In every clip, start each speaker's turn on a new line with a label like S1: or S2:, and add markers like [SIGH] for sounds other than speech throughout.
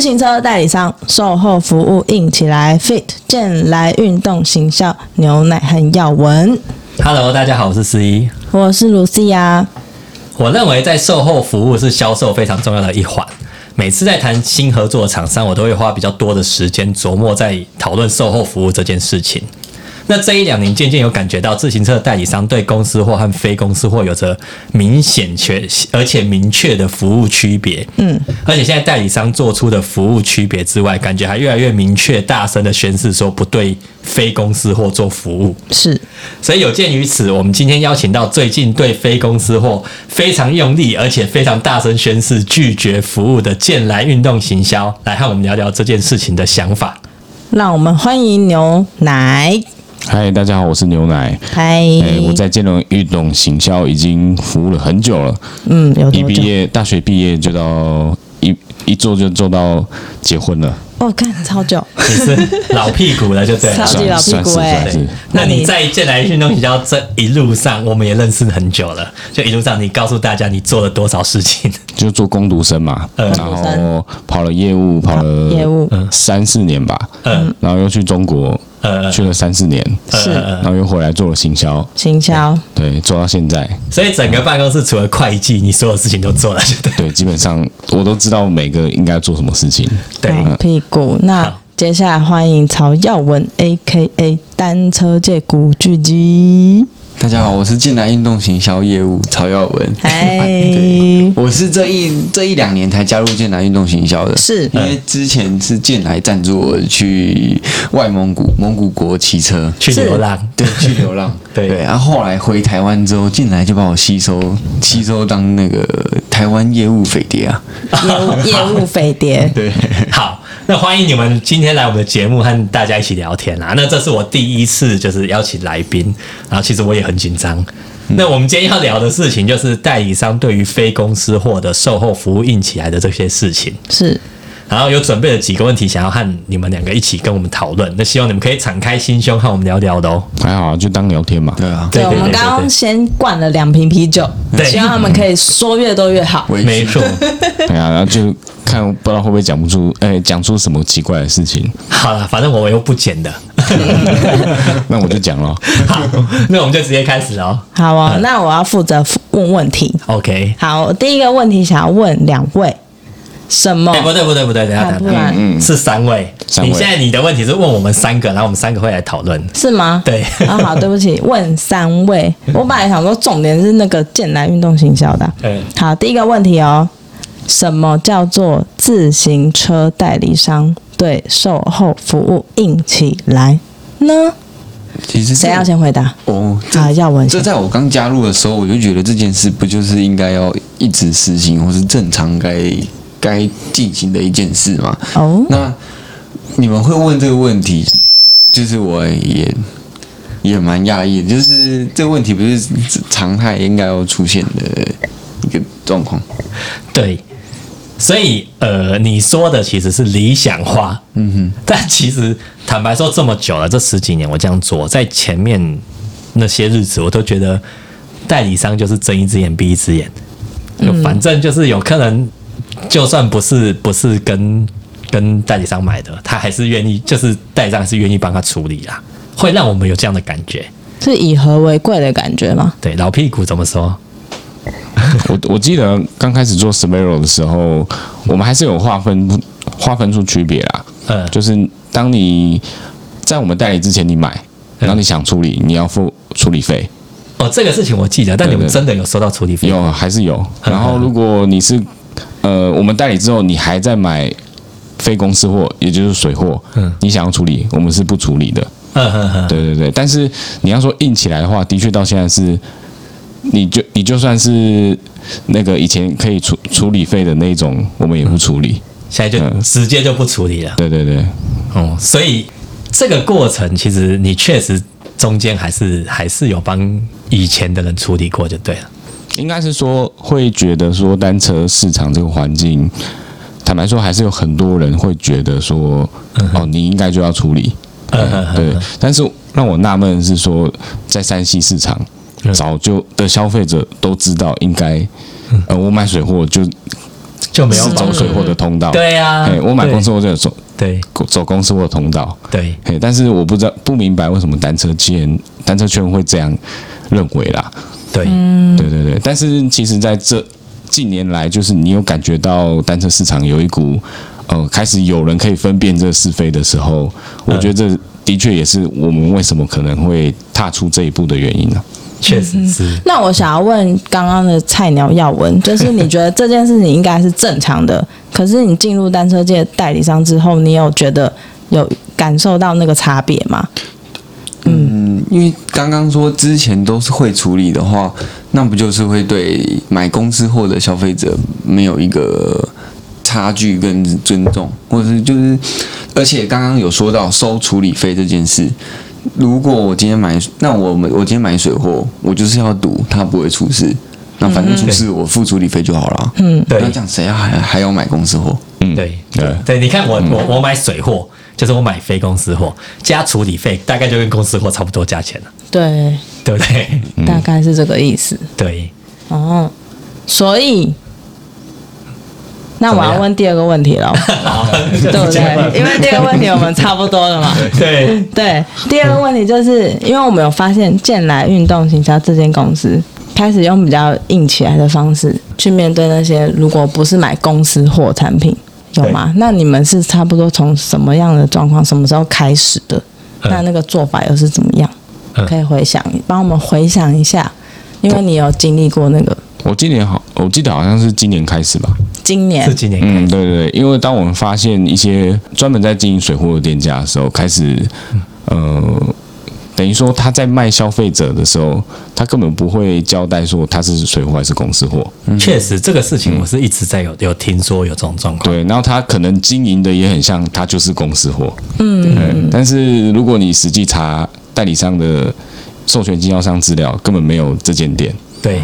S1: 行车代理商，售后服务硬起来，Fit 健来运动行销牛奶和药丸。
S2: Hello，大家好，我是十一。
S1: 我是卢西亚，
S2: 我认为在售后服务是销售非常重要的一环。每次在谈新合作的厂商，我都会花比较多的时间琢磨在讨论售后服务这件事情。那这一两年渐渐有感觉到，自行车代理商对公司货和非公司货有着明显确而且明确的服务区别。嗯，而且现在代理商做出的服务区别之外，感觉还越来越明确、大声的宣示说不对非公司货做服务。
S1: 是
S2: 所以有鉴于此，我们今天邀请到最近对非公司或非常用力，而且非常大声宣示拒绝服务的健来运动行销，来和我们聊聊这件事情的想法。
S1: 让我们欢迎牛奶。
S3: 嗨，大家好，我是牛奶。
S1: 嗨，
S3: 哎、我在建龙运动行销已经服务了很久了，
S1: 嗯，有
S3: 一
S1: 多
S3: 毕
S1: 久？
S3: 业大学毕业就到一一做就做到结婚了，
S1: 哦，看超久，
S2: 你是老屁股了，就对了
S1: 超。级
S3: 算
S1: 老屁
S3: 算
S1: 股
S3: [LAUGHS] 是
S1: 哎、
S3: 算是。
S2: 那你在健来运动行销这一路上，我们也认识很久了，就一路上你告诉大家你做了多少事情，
S3: 就做工读生嘛，
S2: 嗯
S3: 然后跑了业务，跑了
S1: 业务
S3: 三四年吧，
S2: 嗯
S3: 然后又去中国
S2: 呃，
S3: 去了三四年，
S2: 嗯
S1: 是
S3: 然后又回来做了行销，
S1: 行销
S3: 对，做到现在，
S2: 所以整个办公室除了会计，你所有事情都做了，就对了。
S3: 对，基本上我都知道每个应该做什么事情。
S2: 对
S1: 老屁股。那
S2: 好
S1: 接下来欢迎曹耀文，A K A 单车界古巨基。
S4: 大家好，我是进来运动行销业务曹耀文。
S3: 哎
S1: 嗨
S4: 对我是这一这一两年才加入进来运动行销的，
S1: 是
S4: 因为之前是进来赞助我去外蒙古蒙古国骑车，
S2: 去流浪，
S4: 对，去流浪，
S2: 对
S4: [LAUGHS] 对，然后后来回台湾之后，进来就把我吸收吸收当那个台湾业务匪谍啊，
S1: 哎业务业务飞碟，
S4: 对，
S2: [LAUGHS] 好，那欢迎你们今天来我们的节目和大家一起聊天啦。那这是我第一次就是邀请来宾，然后其实我也很紧张。那我们今天要聊的事情就是代理商对于非公司货的售后服务硬起来的这些事情，
S1: 是
S2: 然后有准备了几个问题想要和你们两个一起跟我们讨论。那希望你们可以敞开心胸和我们聊聊的哦。
S3: 还好啊，就当聊天嘛。
S4: 对啊，
S1: 对，
S2: 对
S1: 我们
S2: 对
S1: 刚
S2: 对
S1: 刚先灌了两瓶啤酒，
S2: 对
S1: 希望他们可以说越多越好。
S4: 微
S2: 没错，
S3: 对啊，然后就看不知道会不会讲不出，哎、讲出什么奇怪的事情，
S2: 好了，反正我又不剪的。
S3: 那我就讲了。
S1: [LAUGHS]
S2: 好，那我们就直接开始哦。
S1: 好哦，那我要负责问问题。
S2: OK，
S1: 好，我第一个问题想要问两位，什么
S2: 哎、？不对不对不对，等一下
S1: 啊不
S2: 等一下，
S1: 然
S2: 是嗯三位。
S3: 三位
S2: 你现在你的问题是问我们三个，然后我们三个会来讨论。
S1: 是吗？
S2: 对
S1: 啊，好，对不起，问三
S2: [LAUGHS]
S1: 位。我本来想说重点是那个健来运动行销的啊。
S2: 对，
S1: 好，第一个问题哦，什么叫做自行车代理商对售后服务硬起来呢？
S4: 其实这
S1: 谁要先回答？
S4: 哦，这
S1: 好，耀文
S4: 这
S1: 先。
S4: 在我刚加入的时候，我就觉得这件事不就是应该要一直实行，或是正常该该进行的一件事吗？
S1: 哦，
S4: 那你们会问这个问题，就是我也也蛮讶异的，就是这个问题不是常态应该要出现的一个状况。
S2: 对，所以呃，你说的其实是理想化，嗯哼。但其实坦白说，这么久了，这十几年我这样做，在前面那些日子，我都觉得代理商就是睁一只眼闭一只眼，就
S1: 嗯
S2: 反正就是有客人，就算不是不是跟跟代理商买的，他还是愿意，就是代理商还是愿意帮他处理啦，会让我们有这样的感觉。
S1: 是以和为贵的感觉吗？
S2: 对，老屁股怎么说？
S3: 我我记得刚开始做 Severo 的时候，我们还是有划分划分出区别啦。
S2: 嗯
S3: [LAUGHS] 就是当你在我们代理之前你买，然后你想处理，你要付处理费，
S2: 哦，这个事情我记得，但你们
S3: 对对
S2: 真的有收到处理费？
S3: 有还是有。然后如果你是呃我们代理之后，你还在买非公司货，也就是水货，你想要处理，我们是不处理的。
S2: 嗯哼哼，
S3: 对对对，但是你要说硬起来的话，的确到现在是，你就你就算是那个以前可以处处理费的那一种，我们也不处理。
S2: 现在就
S3: 嗯
S2: 直接就不处理了。
S3: 对对对，
S2: 哦，所以这个过程其实你确实中间还是还是有帮以前的人处理过就对了。
S3: 应该是说会觉得说单车市场这个环境，坦白说还是有很多人会觉得说，哦，你应该就要处理。
S2: 嗯哼哼
S3: 对，但是让我纳闷的是说，在山西市场
S2: 嗯嗯
S3: 早就的消费者都知道应该，呃，我买水货就
S2: 就没有
S3: 是
S2: 保
S3: 走水货的通道。
S2: 对啊
S3: 嘿哎我买
S2: 对
S3: 公司货就有走
S2: 对
S3: 走公司货的通道。
S2: 对
S3: 嘿，但是我不知道不明白为什么单车圈单车圈会这样认为啦。
S2: 对，
S3: 对对对，但是其实在这近年来，就是你有感觉到单车市场有一股呃，开始有人可以分辨这是非的时候，我觉得这的确也是我们为什么可能会踏出这一步的原因啊呢、
S2: 确实是。
S1: 那我想要问刚刚的菜鸟耀文， [LAUGHS] 就是你觉得这件事情应该是正常的，可是你进入单车界代理商之后，你有觉得有感受到那个差别吗？
S4: 嗯，因为刚刚说之前都是会处理的话，那不就是会对买公司货的消费者没有一个差距跟尊重，或者是就是，而且刚刚有说到收处理费这件事，如果我今天买，那我们我今天买水货，我就是要赌它不会出事，那反正出事我付处理费就好了。嗯，
S2: 嗯对
S4: 那这样谁还还要买公司货？
S2: 对
S3: 嗯对嗯
S2: 对，你看我我我买水货，就是我买非公司货，加处理费，大概就跟公司货差不多价钱了，
S1: 对，
S2: 对不对？
S3: 嗯
S1: 大概是这个意思。
S2: 对，
S1: 哦，所以。那
S2: 怎
S1: 我
S2: 么样
S1: 要问第二个问题
S2: [LAUGHS]
S1: 了，对不对？因为第二个问题我们差不多了嘛。
S2: 对
S1: 对，第二个问题就是因为我们有发现建来运动行销这间公司开始用比较硬起来的方式去面对那些如果不是买公司货产品，有吗？那你们是差不多从什么样的状况，什么时候开始的？
S2: 嗯
S1: 那那个做法又是怎么样？
S2: 嗯
S1: 可以回想，帮我们回想一下，因为你有经历过那个
S3: 我今年好，我记得好像是今年开始吧。
S1: 今
S2: 是
S1: 年，
S2: 今年开
S3: 嗯，对对，对因为当我们发现一些专门在经营水货的店家的时候，开始，呃，等于说他在卖消费者的时候，他根本不会交代说他是水货还是公司货。
S2: 确实，这个事情我是一直在有有听说有这种状况。
S3: 对，然后他可能经营的也很像，他就是公司货。嗯，但是如果你实际查代理商的授权经销商资料，根本没有这间店。
S2: 对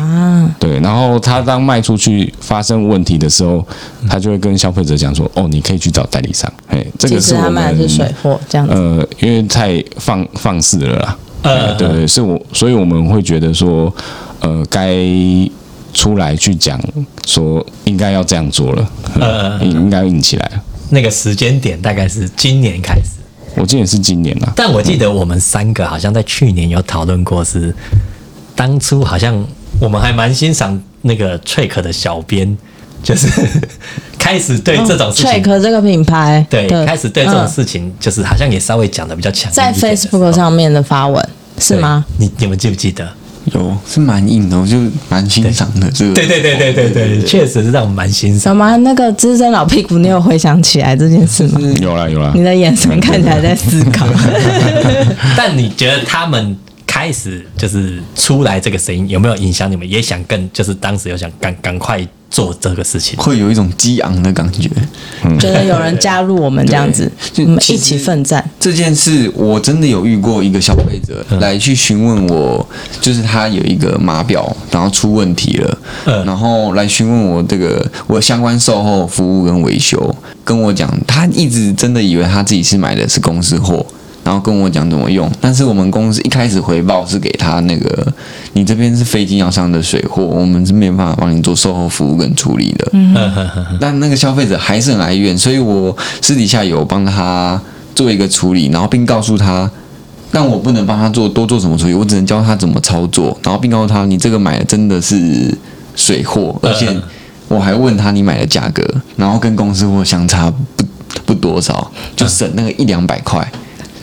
S3: 对，然后他当卖出去发生问题的时候，他就会跟消费者讲说：“哦，你可以去找代理商。”哎，这
S1: 其
S3: 个
S1: 实
S3: 是我
S1: 他
S3: 们
S1: 卖的是水货这样
S2: 嗯
S1: 子。
S3: 呃，因为太放放肆了啦。
S2: 呃
S3: 对对，是我，所以我们会觉得说，呃，该出来去讲说应该要这样做了，
S2: 呃
S3: 应应该硬起来了。
S2: 那个时间点大概是今年开始，
S3: 我记得是今年啊啦，
S2: 但我记得我们三个好像在去年有讨论过是，当初好像我们还蛮欣赏那个 Trick 的小编，就是 [LAUGHS] 开始对这种事情，
S1: Trick 这个品牌，
S2: 哦对开始对这种
S1: 嗯
S2: 事情，就是好像也稍微讲的比较强
S1: 在
S2: 硬一点的时候
S1: Facebook 上面的发文是吗？？
S2: 对你你们记不记得？
S4: 有是蛮硬的，我就蛮欣赏的这个。
S2: 对对对对对对，确实是让我们蛮欣赏。
S1: 什么？那个资深老屁股，你有回想起来这件事吗？
S4: 嗯
S3: 有啦有啦
S1: 你，的眼神看起来在思考。
S4: [LAUGHS]
S2: 但你觉得他们开始就是出来这个声音，有没有影响你们？也想更就是当时有想赶赶快做这个事情？
S4: 会有一种激昂的感觉。
S1: 觉得有人加入我们这样子，我
S4: 对
S1: 们
S4: 就
S1: 一起奋战。
S4: 这件事我真的有遇过一个消费者来去询问我，就是他有一个码表，然后出问题了，
S2: 嗯
S4: 然后来询问我这个我相关售后服务跟维修，跟我讲他一直真的以为他自己是买的是公司货。然后跟我讲怎么用，但是我们公司一开始回报是给他那个，你这边是非经销商的水货，我们是没有办法帮你做售后服务跟处理的。 [LAUGHS] 但那个消费者还是很哀怨，所以我私底下有帮他做一个处理，然后并告诉他，但我不能帮他做多做什么处理，我只能教他怎么操作，然后并告诉他，你这个买的真的是水货，而且我还问他你买的价格，然后跟公司货相差不不多少，就省那个一两百块。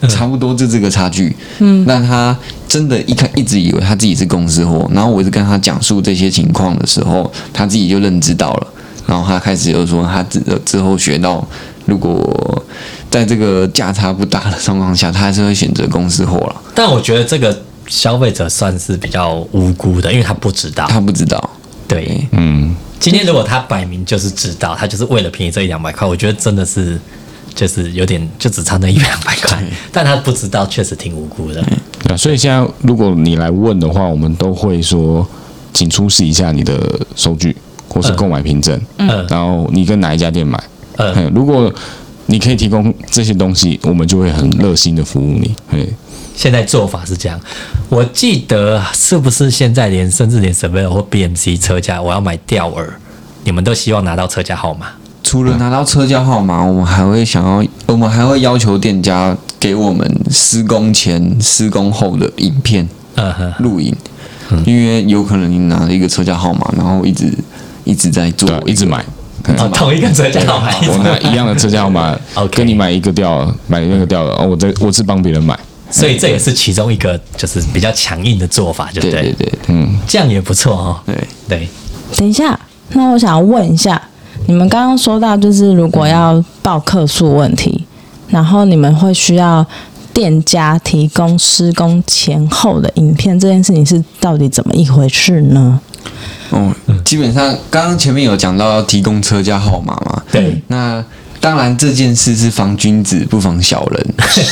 S4: 差不多就这个差距，嗯，那他真的一开一直以为他自己是公司货，然后我一直跟他讲述这些情况的时候，他自己就认知到了，然后他开始就说他之之后学到，如果在这个价差不大的状况下，他还是会选择公司货了。
S2: [LAUGHS] 但我觉得这个消费者算是比较无辜的，因为他不知道。
S4: 他不知道，
S2: 对，嗯，今天如果他摆明就是知道，他就是为了便宜这一两百块，我觉得真的是就是有点就只差那一两百块，但他不知道，确实挺无辜的。
S3: 对啊，所以现在如果你来问的话，我们都会说，请出示一下你的收据或是购买凭证，
S2: 嗯
S3: 然后你跟哪一家店买，
S2: 嗯
S3: 嘿如果你可以提供这些东西，我们就会很热心的服务你，嘿，
S2: 现在做法是这样，我记得是不是现在连甚至连 s e v e 或 BMC 车架，我要买吊耳，你们都希望拿到车架号码？
S4: 除了拿到车架号码，我们还会想要，我们还会要求店家给我们施工前、施工后的影片
S2: 嗯哼，
S4: 录影，
S3: 嗯
S4: 因为有可能你拿了一个车架号码，然后一直一直在做
S3: 对啊，，一直买。
S2: 哦，同一个车架号码。
S3: 我拿一样的车架
S2: [LAUGHS]
S3: 号码
S2: OK
S3: 跟你买一个掉了，买那个掉了，哦，我在我是帮别人买，
S2: 所以这也是其中一个就是比较强硬的做法，对不
S4: 对对
S2: 对？
S4: 对
S2: 这样也不错哦。
S4: 对。
S2: 对，
S1: 等一下，那我想问一下，你们刚刚说到就是如果要报客诉问题，然后你们会需要店家提供施工前后的影片，这件事情是到底怎么一回事呢？
S4: 哦，
S2: 嗯
S4: 基本上刚刚前面有讲到要提供车架号码嘛，
S2: 对，
S4: 那当然这件事是防君子不防小
S2: [LAUGHS]
S4: 人。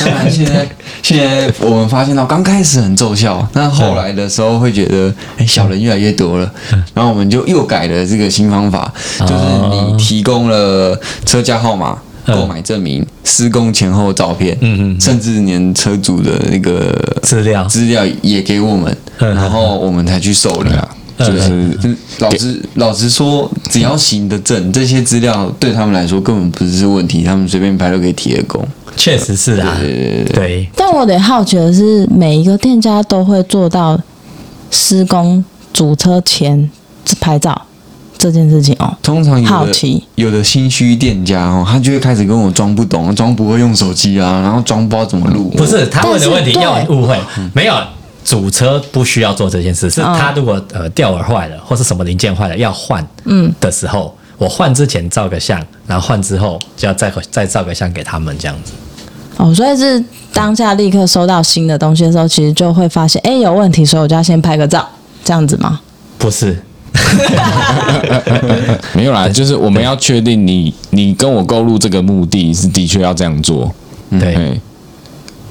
S4: 当然现在现在我们发现到刚开始很奏效，那后来的时候会觉得，哎、小人越来越多了，
S2: 嗯
S4: 然后我们就又改了这个新方法，
S2: 啊
S4: 就是你提供了车架号码。
S2: 嗯
S4: 购买证明、施工前后照片，
S2: 嗯嗯嗯
S4: 甚至连车主的那个
S2: 资料
S4: 资料也给我们，
S2: 嗯
S4: 然后我们才去受理啊。
S3: 就是
S4: 就是老实老实说，只要行得正，
S2: 嗯
S4: 这些资料对他们来说根本不是问题，他们随便拍都可以提得供。
S2: 确实是啊，对，
S1: 但我得好奇的是，每一个店家都会做到施工主车前拍照这件事情哦。
S4: 通常有
S1: 好
S4: 的
S1: 奇
S4: 有的心虚店家哦，他就会开始跟我装不懂，装不会用手机啊，然后装不知道怎么录。
S2: 不是他问的问题
S1: 但是嗯
S2: 要你误会，没有。主车不需要做这件事，是
S1: 哦
S2: 他如果呃吊耳坏了或是什么零件坏了要换，嗯的时候，我换之前照个相，然后换之后就要再再照个相给他们这样子。
S1: 哦，所以是当下立刻收到新的东西的时候，其实就会发现，哎、有问题，所以我就要先拍个照，这样子吗？
S2: 不是，
S3: 没有啦，就是我们要确定你你跟我购入这个目的是的确要这样做，
S1: 嗯
S2: 对，
S3: 哎，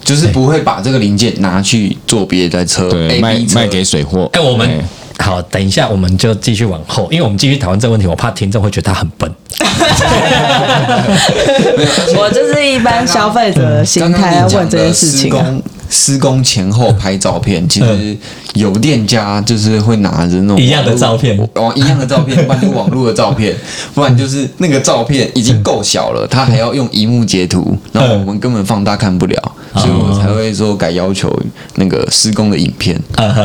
S4: 就是
S2: 哎
S4: 不会把这个零件拿去做别的车，
S3: 对，
S4: A,
S3: 卖
S4: B 车啊
S3: 卖给水货，
S2: 哎，我们
S1: 嗯
S3: 哎
S2: 好，等一下我们就继续往后，因为我们继续讨论这个问题，我怕听众会觉得他很笨。
S1: 我就是一般消费者的心
S4: 刚刚
S1: 态
S4: 你
S1: 在
S4: 讲
S1: 问这
S4: 的
S1: 件事情、
S4: 施
S1: 啊。
S4: 工施工前后拍照片，其实有店家就是会拿着那种
S2: 一样的
S4: 网络
S2: 照片
S4: 哦，一样的照片，不然就网络的照
S2: [LAUGHS]
S4: 片，不然就是那个照片已经够小
S2: 嗯
S4: 了，他还要用荧幕截图，然后我们根本放大看不了，所以
S2: 哦
S4: 我才会说改要求那个施工的影片。
S1: 嗯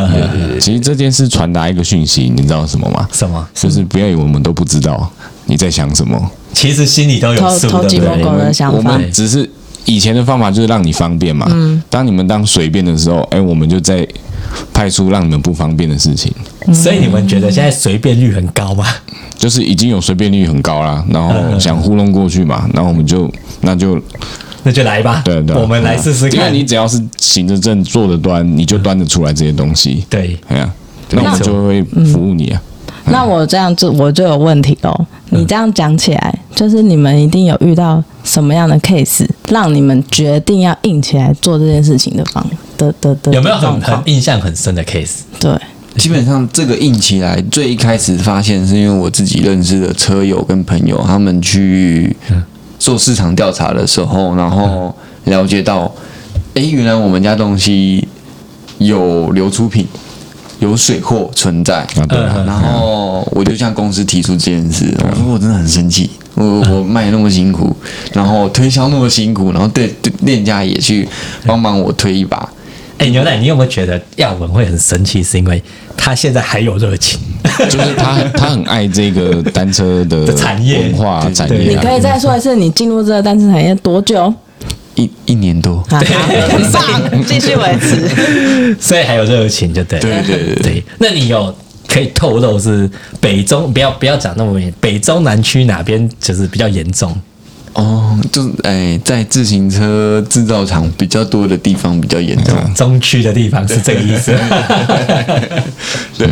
S3: 其实这件事传达一个讯息，你知道什么吗？
S2: 什么？
S3: 就是不要以为我们都不知道你在想什么，
S2: 其实心里都有
S1: 偷
S2: 数，
S1: 偷鸡
S2: 对不
S1: 摸
S2: 嗯对？
S1: 狗的呃想
S3: 我
S1: 法，
S3: 们只是以前的方法就是让你方便嘛。
S1: 嗯
S3: 当你们当随便的时候，哎，我们就在派出让你们不方便的事情，
S1: 嗯
S2: 所以你们觉得现在随便率很高吗？
S3: 就是已经有随便率很高啦，然
S2: 嗯
S3: 后想糊弄过去嘛，然后我们就那就
S2: 那就来吧，
S3: 对对，
S2: 我们来试试
S3: 因为
S2: 看。
S3: 你只要是行得正、坐得端，你就端得出来这些东西。
S2: 对，
S3: 哎呀，那我
S2: 没
S3: 们
S2: 错
S3: 就会服务你啊。
S1: [LAUGHS] 那我这样就我就有问题喽。你这样讲起来，就是你们一定有遇到什么样的 case，让你们决定要硬起来做这件事情的方的的的
S2: 有没有很
S1: 状
S2: 很
S1: 况？
S2: 印象很深的 case？
S1: 对，
S4: [LAUGHS] 基本上这个硬起来，最一开始发现是因为我自己认识的车友跟朋友，他们去做市场调查的时候，然后了解到，诶，原来我们家东西有流出品，有水货存在。
S3: 啊，对啊，
S4: 然后我就向公司提出这件事，我说我真的很生气，我我卖那么辛苦，然后推销那么辛苦，然后对对店家也去帮忙我推一把，
S2: 哎、牛奶，你有没有觉得耀文会很生气，是因为他现在还有
S1: [LAUGHS]
S2: 热情？
S3: [LAUGHS] 就是他他很爱这个单车的
S2: 产业
S3: 文化产
S2: 对
S3: 业
S1: 你 [LAUGHS]
S3: 啊。
S1: 可以再说一次，你进入这个单车产业多久？
S4: 一一年多。
S1: 啊，很棒，继续维持。
S2: 所以还有热情，就对了。
S4: 对对对对
S2: 对，那你有可以透露是北中不要不要讲那么明，北中南区哪边就是比较严重？
S4: 哦，就是哎，在自行车制造厂比较多的地方比较严重。
S3: 嗯
S2: 中区的地方是这个意思。
S4: 嗯
S2: [LAUGHS]
S4: 对，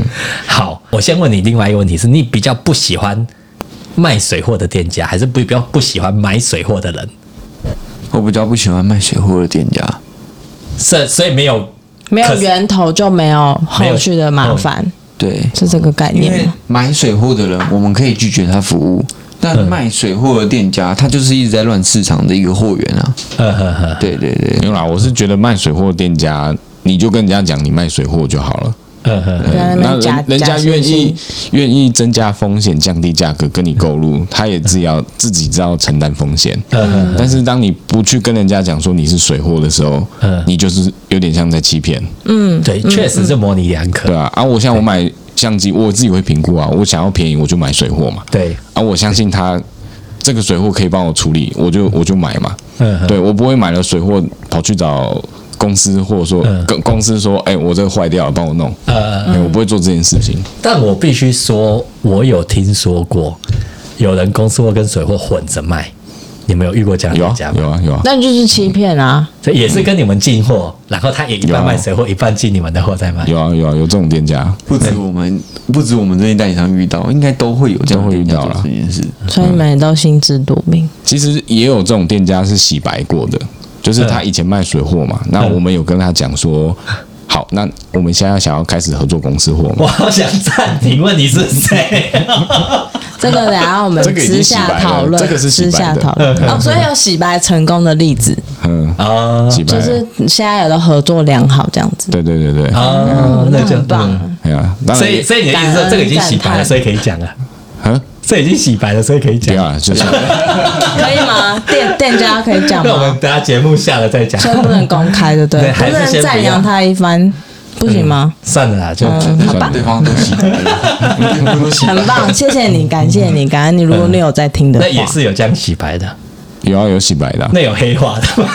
S2: 好，我先问你另外一个问题是：你比较不喜欢卖水货的店家，还是不比较不喜欢买水货的人？
S4: 我比较不喜欢卖水货的店家。
S2: 所所以没有
S1: [LAUGHS] 没有
S2: 可是
S1: 源头就没有后续的
S3: 哦
S1: 麻烦，
S4: 对，
S1: 是这个概
S4: 因
S1: 念
S4: 为
S1: 吗？
S4: 买水货的人，我们可以拒绝他服务。但
S3: 嗯
S4: 卖水货的店家，他就是一直在乱市场的一个货源啊！
S2: 呵呵
S3: 嗯
S2: 呵，
S4: 对对对，
S3: 没有啦，我是觉得卖水货店家，你就跟人家讲你卖水货就好了。
S2: 嗯哼，
S1: 不要在那
S3: 呃
S1: 边
S3: 那
S1: 假
S3: 人人
S1: 假
S3: 家
S1: 惺惺
S3: 愿意愿意增加风险、降低价格跟你购入，他也自己要自己知道承担风险。
S2: 嗯
S3: 但是当你不去跟人家讲说你是水货的时候
S2: 嗯，
S3: 你就是有点像在欺骗，
S2: 哼，对，
S3: 嗯
S2: 确实是模棱两可
S3: 对。啊。啊，我像我买相机，我自己会评估啊，我想要便宜我就买水货嘛。
S2: 对，
S3: 啊，我相信他这个水货可以帮我处理，我就我就买嘛。
S2: 嗯哼，
S3: 对我不会买了水货跑去找公司，或者说
S2: 嗯
S3: 跟公司说，哎、我这个坏掉了，帮我弄。
S2: 呃，
S3: 哎，我不会做这件事情。
S2: 但我必须说，我有听说过有人公司货跟水货混着卖，你们有遇过这样
S3: 有
S2: 的
S3: 啊
S2: 家，吗？
S3: 有啊，有啊。
S1: 那就是欺骗啊！
S2: 这也是跟你们进货，然后他也一半卖水货，一半进你们的货再卖。
S3: 嗯有啊有啊有这种店家，
S4: 不止我们，不止我们这一代上遇到，应该都会有这样的店家
S3: 都会遇到
S4: 做
S3: 啦
S4: 这件事。
S1: 所以你们也都心知肚明，
S3: 其实也有这种店家是洗白过的，就是他
S2: 嗯
S3: 以前卖水货嘛，那我们有跟他讲说，好，那我们现在想要开始合作公司货
S2: 我
S3: 嘛，
S2: 好想暂停，问你是谁？
S1: 这个等下我们
S3: [LAUGHS] 这个已经
S1: 私
S3: 洗白
S1: 下
S3: 了
S1: 讨论，
S3: 这个是洗
S1: 私
S3: 白的
S1: 下讨论
S3: [LAUGHS]
S1: 哦。所以有洗白成功的例子，
S3: 嗯， [LAUGHS]
S2: 啊
S3: 洗白
S1: 就，是现在有的合作良好这样
S3: [LAUGHS]
S1: 子。
S3: 对对对对，
S2: 啊，那就
S1: 很棒
S2: 嗯
S3: 哎呀，当
S2: 所
S3: 然
S2: 以，
S3: 也，
S2: 所以你的意思是说，这个已经洗白
S1: 感
S2: 了，
S1: 恩
S2: 所以可以讲了。
S3: 嗯，
S2: 这已经洗白了，所以可以
S3: 不
S2: 讲
S3: 要。啊，就是
S1: 可以吗？店店家可以讲
S2: 那我
S3: [LAUGHS]
S1: 吗
S2: 们？等下节目下了再讲。
S1: 所以不能公开，对不
S2: 对
S1: 对？
S2: 还
S1: 不
S2: 是
S1: 能
S2: 先不要
S1: 赞扬他一番，不行吗？
S2: 算了啦，就
S1: 嗯，好吧
S3: 算，
S4: 对方都洗白
S3: 嗯
S4: 了，
S1: 很 [LAUGHS] 棒，谢谢你，感谢你，感恩你。如果你有在听的
S2: 那
S1: 话，
S2: 也是有这样洗白的，
S3: 有啊有洗白的啊、
S2: 那有黑化的吗？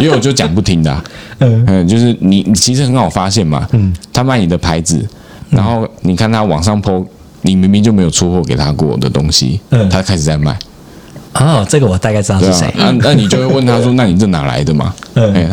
S3: 因为我就讲不听的啊、
S2: 嗯
S3: 嗯就是你你其实很好发现嘛，嗯，他卖你的牌子，然后你看他网上 PO，你明明就没有出货给他过的东西，
S2: 嗯
S3: 他开始在卖，
S2: [LAUGHS] 哦，这个我大概知道
S3: 对
S2: 是
S3: 啊
S2: 谁，。
S3: 那那你就会问他说，那你这哪来的嘛？
S2: 嗯
S3: 哎，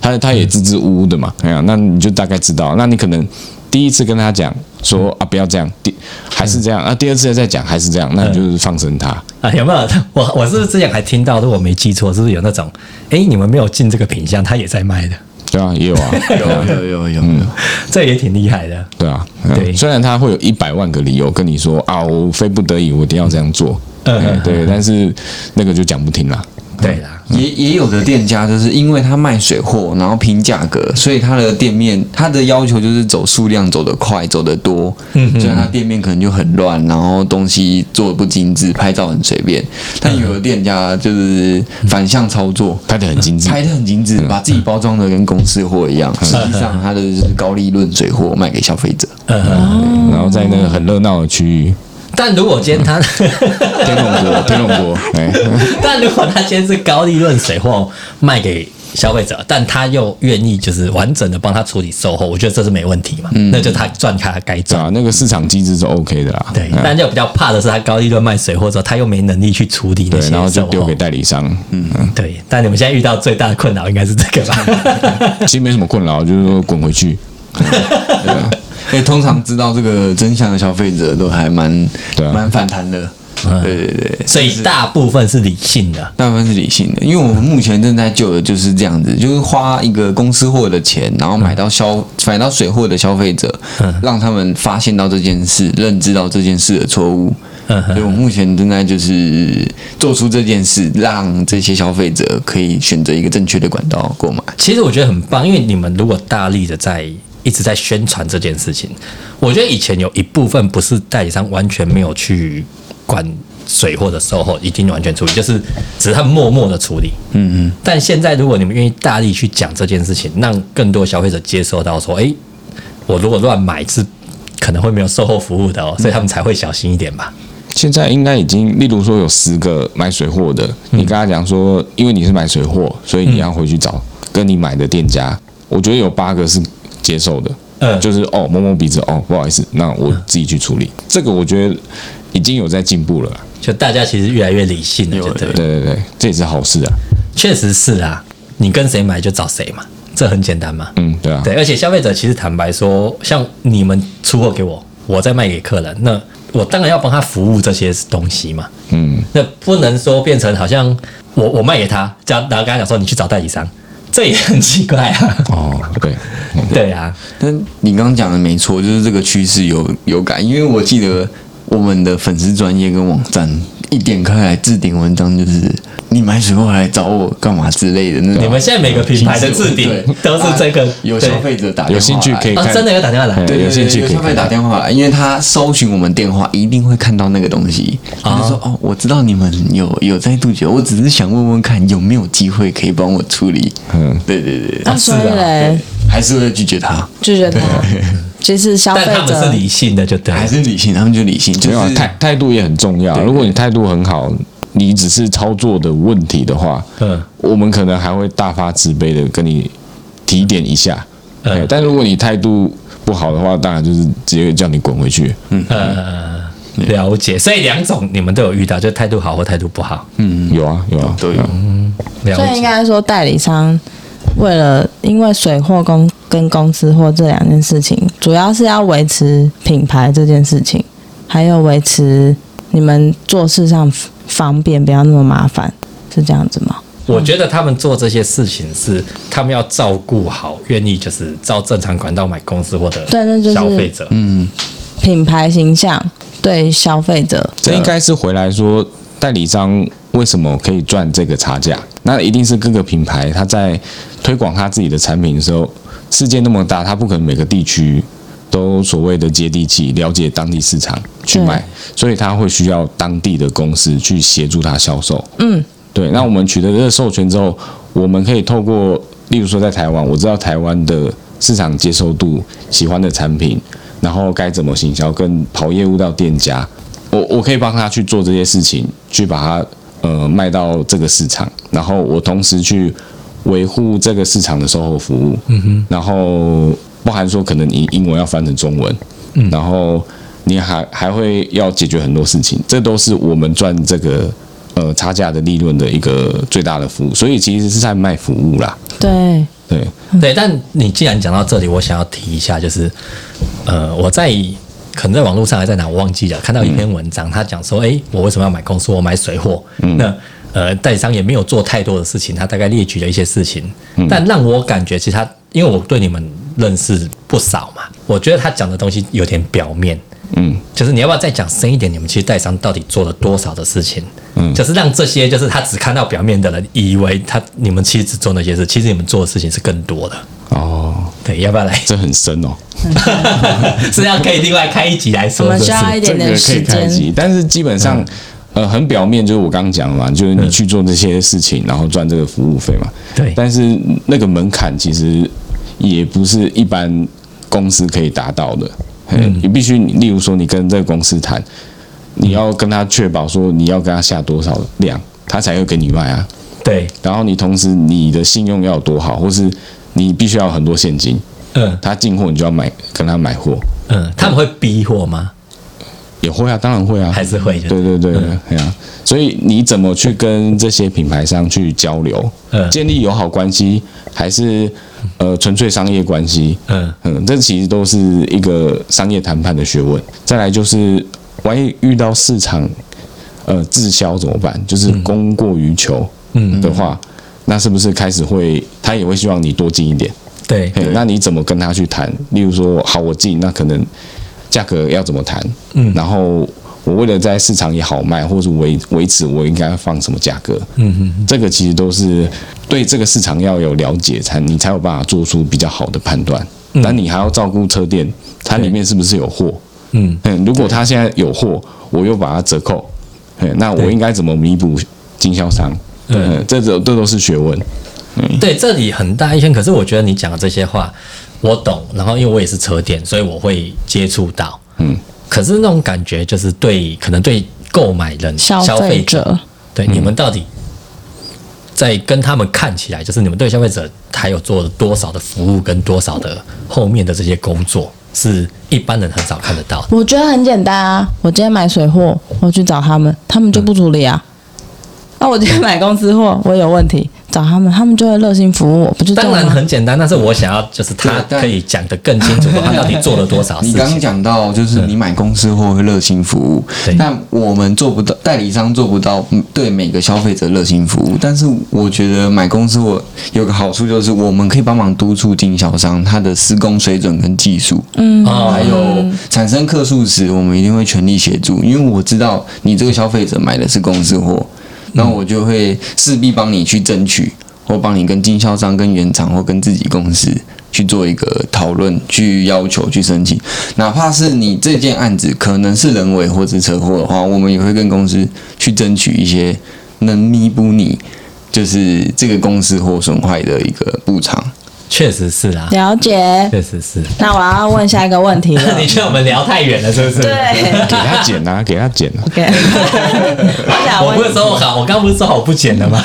S3: 他他他也支支吾吾的嘛，哎呀，那你就大概知道，那你可能第一次跟他讲说啊，不要这样，第还是这样，啊，第二次再讲还是这样，那你就是放生他，
S2: 啊，有没有？ [LAUGHS] 我我是不是之前还听到，如果我没记错，是不是有那种，哎，你们没有进这个品相，他也在卖的， [LAUGHS]
S3: 对啊，也有啊，
S4: [LAUGHS] 有有有有，
S3: 嗯
S2: 这也挺厉害的。
S3: 对啊，嗯
S2: 对
S3: 虽然他会有一百万个理由跟你说啊，我非不得已，我一定要这样做，
S2: 嗯
S3: 哎对，但是那个就讲不听啦。
S2: 对啦，
S4: 也也有的店家就是因为他卖水货，然后拼价格，所以他的店面他的要求就是走数量，走得快，走得多，嗯，所以他店面可能就很乱，然后东西做的不精致，拍照很随便。但有的店家就是反向操作。
S3: 拍的很精致，嗯
S4: 拍的很精致，把自己包装的跟公司货一样，实际上它的就是高利润水货卖给消费者。
S3: 嗯
S2: 哦
S3: 然后在那个很热闹的区域，
S2: 但如果今天他， [LAUGHS]
S3: 天龙国，天龙国，哎，
S2: 但如果他今天是高利润水货卖给消费者，但他又愿意就是完整的帮他处理售后，我觉得这是没问题嘛，
S3: 嗯
S2: 那就他赚他该
S3: 对
S2: 赚。
S3: 啊，那个市场机制是 OK 的啦，
S2: 对，
S3: 嗯
S2: 但就比较怕的是他高利润卖水货之后，他又没能力去处理那
S3: 对，
S2: 些
S3: 然后就
S2: 售
S3: 丢
S2: 后
S3: 给代理商，嗯，
S2: 对，但你们现在遇到最大的困扰应该是这个吧？
S3: 其实没什么困扰，就是说滚回去，
S4: 所以通常知道这个真相的消费者都还蛮
S3: 对啊嗯
S4: 蛮反弹的。对对对，
S2: 所以大部分是理性的。
S4: 大部分是理性的，因为我们目前正在救的就是这样子，就是花一个公司货的钱，然后买到消买到水货的消费者，让他们发现到这件事，认知到这件事的错误。
S2: 嗯
S4: 所以我们目前正在就是做出这件事，让这些消费者可以选择一个正确的管道购买。
S2: 其实我觉得很棒，因为你们如果大力的在一直在宣传这件事情，我觉得以前有一部分不是代理商完全没有去管水货的售后，一定完全处理，就是只是他默默的处理。嗯嗯。但现在如果你们愿意大力去讲这件事情，让更多消费者接受到说，诶，我如果乱买是可能会没有售后服务的哦，所以他们才会小心一点吧。
S3: 现在应该已经，例如说有十个买水货的，
S2: 嗯
S3: 你跟他讲说，因为你是买水货，所以你要回去找
S2: 嗯
S3: 跟你买的店家。我觉得有八个是接受的，
S2: 嗯
S3: 就是哦摸摸鼻子，哦不好意思，那我自己去处理。这个我觉得已经有在进步了啦，
S2: 就大家其实越来越理性了，就对了
S3: 对对对，这也是好事啊。
S2: 确实是啊，你跟谁买就找谁嘛，这很简单嘛。
S3: 嗯，对啊，
S2: 对，而且消费者其实坦白说，像你们出货给我，我再卖给客人，那我当然要帮他服务这些东西嘛。
S3: 嗯，
S2: 那不能说变成好像我我卖给他，这样然后跟他讲说你去找代理商，这也很奇怪啊。
S3: 哦对，嗯
S2: 对啊，
S4: 但你刚刚讲的没错，就是这个趋势有有改，因为我记得我们的粉丝专业跟网站一点开来置顶文章就是你买水货来找我干嘛之类的那种。
S2: 你们现在每个品牌的置顶
S4: 对
S2: 都是这个
S4: 啊有消费者打电话来
S3: 有兴趣可以
S2: 啊，
S3: 看，
S2: 真的有打电话来
S3: 对，
S4: 对对
S3: 有兴趣
S4: 对
S3: 可以
S4: 消费者
S3: 看
S4: 打电话来，因为他搜寻我们电话一定会看到那个东西。他就说：“哦，我知道你们有有在杜绝，我只是想问问看有没有机会可以帮我处理。”
S3: 嗯，
S4: 对对对，
S1: 那哦
S2: 啊
S1: 所以嘞，
S4: 还是会拒绝他，
S1: 拒绝他，其实消费
S2: 但他们是
S1: 者
S2: 理性的，就对了。
S4: 还是理性，他们就理性，就
S3: 没有啊
S4: 是
S3: 态态度也很重要。如果你态度很好，你只是操作的问题的话，
S2: 嗯
S3: 我们可能还会大发慈悲的跟你提点一下。
S2: 嗯
S3: 哎但如果你态度不好的话，当然就是直接叫你滚回去。
S2: 呃，了解。所以两种你们都有遇到，就态度好或态度不好。
S3: 嗯，有啊有啊，
S4: 都有。
S2: 了
S1: 所以应
S2: 解。
S1: 该说，代理商为了因为水货公跟公司货这两件事情，主要是要维持品牌这件事情，还有维持你们做事上方便，不要那么麻烦，是这样子吗？
S2: 我觉得他们做这些事情是他们要照顾好，愿意就是照正常管道买公司或者
S1: 对嗯那就是
S2: 消费者。
S1: 品牌形象对消费者，
S3: 这应该是回来说代理商为什么可以赚这个差价？那一定是各个品牌它在推广它自己的产品的时候，世界那么大，它不可能每个地区都所谓的接地气，了解当地市场去卖，所以它会需要当地的公司去协助它销售。嗯，对。那我们取得这个授权之后，我们可以透过，例如说在台湾，我知道台湾的市场接受度、喜欢的产品，然后该怎么行销，跟跑业务到店家，我我可以帮他去做这些事情，去把它呃卖到这个市场，然后我同时去维护这个市场的售后服务，嗯哼，然后包含说可能你英文要翻成中文，嗯，然后你还还会要解决很多事情，这都是我们赚这个呃差价的利润的一个最大的服务，所以其实是在卖服务啦，
S1: 对，
S3: 对，
S2: 对，但你既然讲到这里，我想要提一下，就是呃，我在可能在网络上还在哪我忘记了，看到一篇文章，他讲说，诶，我为什么要买公司？我买水货。
S1: 嗯
S2: 那呃，代理商也没有做太多的事情，他大概列举了一些事情，但让我感觉其实他，因为我对你们认识不少嘛，我觉得他讲的东西有点表面。
S3: 嗯，
S2: 就是你要不要再讲深一点？你们其实代理商到底做了多少的事情？嗯，就是让这些就是他只看到表面的人，以为他你们其实只做那些事，其实你们做的事情是更多的。
S3: 哦，
S2: 对，要不要来？
S3: 这很深哦，
S2: 是要可以另外开一集来
S1: 我
S2: 说，
S1: 们
S2: 是不
S1: 需
S2: 是？
S1: 要一点点
S3: 这
S1: 时
S3: 个可以开
S1: 间。
S3: 机，但是基本上，呃，很表面，就是我刚刚讲的嘛，就是你去做这些事情，然后赚这个服务费嘛。
S2: 对
S3: 但是那个门槛其实也不是一般公司可以达到的。嗯，你必须，例如说，你跟这个公司谈，你要跟他确保说你要跟他下多少量，他才会给你卖啊。
S2: 对，
S3: 然后你同时你的信用要有多好，或是你必须要有很多现金，
S2: 嗯
S3: 他进货你就要买跟他买货，
S2: 嗯，他们会逼货吗？
S3: 也会啊，当然会啊，
S2: 还是嗯会？
S3: 对对对，哎呀、所以你怎么去跟这些品牌商去交流，
S2: 嗯
S3: 建立友好关系，还是呃纯粹商业关系？
S2: 嗯
S3: 嗯，这其实都是一个商业谈判的学问。再来就是，万一遇到市场呃滞销怎么办？就是供过于求，嗯的话，那是不是开始会他也会希望你多进一点？
S2: 对
S3: 嘿，那你怎么跟他去谈？例如说，好，我进，那可能价格要怎么谈？嗯，然后我为了在市场也好卖，或是维维持，我应该放什么价格？嗯嗯，这个其实都是对这个市场要有了解，才你才有办法做出比较好的判断。那、你还要照顾车店，它里面是不是有货？
S2: 嗯
S3: 嗯，如果他现在有货，我又把它折扣，嘿，那我应该怎么弥补经销商？嗯，这都这都是学问。
S2: 对，这里很大一圈。可是我觉得你讲的这些话，我懂。然后因为我也是车店，所以我会接触到。嗯，可是那种感觉就是对，可能对购买人、
S1: 消费者
S2: 费对你们到底在跟他们看起来，就是你们对消费者还有做了多少的服务，跟多少的后面的这些工作，是一般人很少看得到的。
S1: 我觉得很简单啊，我今天买水货，我去找他们，他们就不处理啊。
S2: 嗯
S1: 那、我今天买公司货，我有问题找他们，他们就会热心服务我，不就这样
S2: 当然
S1: 吗？
S2: 很简单，但是我想要就是他
S4: 对但
S2: 可以讲得更清楚，他到底做了多啊少事
S4: 你刚刚
S2: 情。
S4: 讲到，就是你买公司货会热心服务
S2: 对，
S4: 但我们做不到，代理商做不到嗯对每个消费者热心服务。但是我觉得买公司货有个好处就是，我们可以帮忙督促经销商他的施工水准跟技术，嗯，
S2: 哦
S4: 还有产生客诉时，我们一定会全力协助，因为我知道你这个消费者买的是公司货。那我就会势必帮你去争取，或帮你跟经销商、跟原厂或跟自己公司去做一个讨论，去要求、去申请。哪怕是你这件案子可能是人为或是车祸的话，我们也会跟公司去争取一些能弥补你就是这个公司或损坏的一个补偿。
S2: 确实是啊，
S1: 了解。
S2: 确实是。
S1: 那我要问下一个问题
S2: [LAUGHS]
S1: 了
S2: 你。觉得我们聊太远了，是不是？
S1: 啊对。
S3: 给他剪啊，给他剪啊。
S1: OK，我啊想
S2: 我不是
S1: 问，
S2: 说我好，我刚不是说好不剪了吗？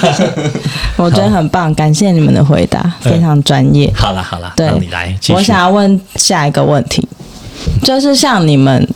S1: 我觉得很棒，感谢你们的回答，
S2: 嗯
S1: 非常专业。
S2: 好啦好啦，
S1: 对，
S2: 让你来继续。
S1: 我想要问下一个问题，就是像你们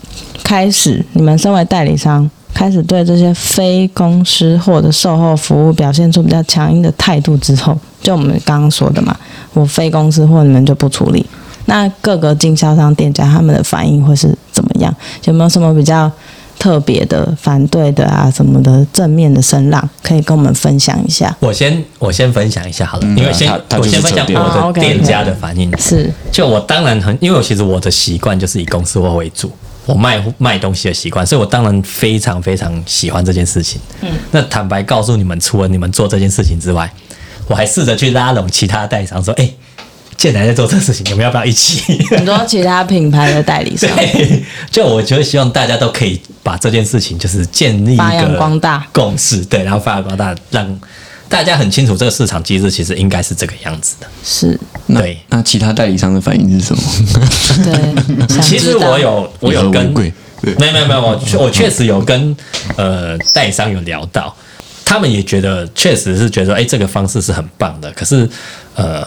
S1: 开始，你们身为代理商，开始对这些非公司或者售后服务表现出比较强硬的态度之后，就我们刚刚说的嘛，我非公司或你们就不处理。那各个经销商、店家他们的反应会是怎么样？有没有什么比较特别的、反对的啊什么的正面的声浪，可以跟我们分享一下？
S2: 我先我先分享一下好了，因为先
S3: 他
S2: 我
S3: 他就是
S2: 先分享
S3: 这个
S1: 店
S2: 我
S1: 哦
S2: 的
S1: ，OK，
S2: 店家的反应。
S1: 是
S2: 就我当然很，因为我其实我的习惯就是以公司货为主，我卖卖东西的习惯，所以我当然非常非常喜欢这件事情。嗯，那坦白告诉你们，除了你们做这件事情之外，我还试着去拉拢其他代理商说，哎、建南在做这事情，你们要不要一起？ [LAUGHS]
S1: 很多其他品牌的代理商
S2: 对，就我觉得希望大家都可以把这件事情就是建立一
S1: 发扬
S2: 个
S1: 光大
S2: 共识，对，然后发扬光大，让大家很清楚这个市场机制其实应该是这个样子的。
S1: 是。
S2: 对，
S4: 那其他代理商的反应是什么？ [LAUGHS]
S2: [LAUGHS]
S1: 对，想
S2: 其实
S1: 知道
S2: 我有我
S3: 以和
S2: 有
S3: 为
S2: 跟
S3: 贵
S2: 没有没有没有，我确我确实有跟呃代理商有聊到，他们也觉得确实是觉得哎、诶这个方式是很棒的，可是呃。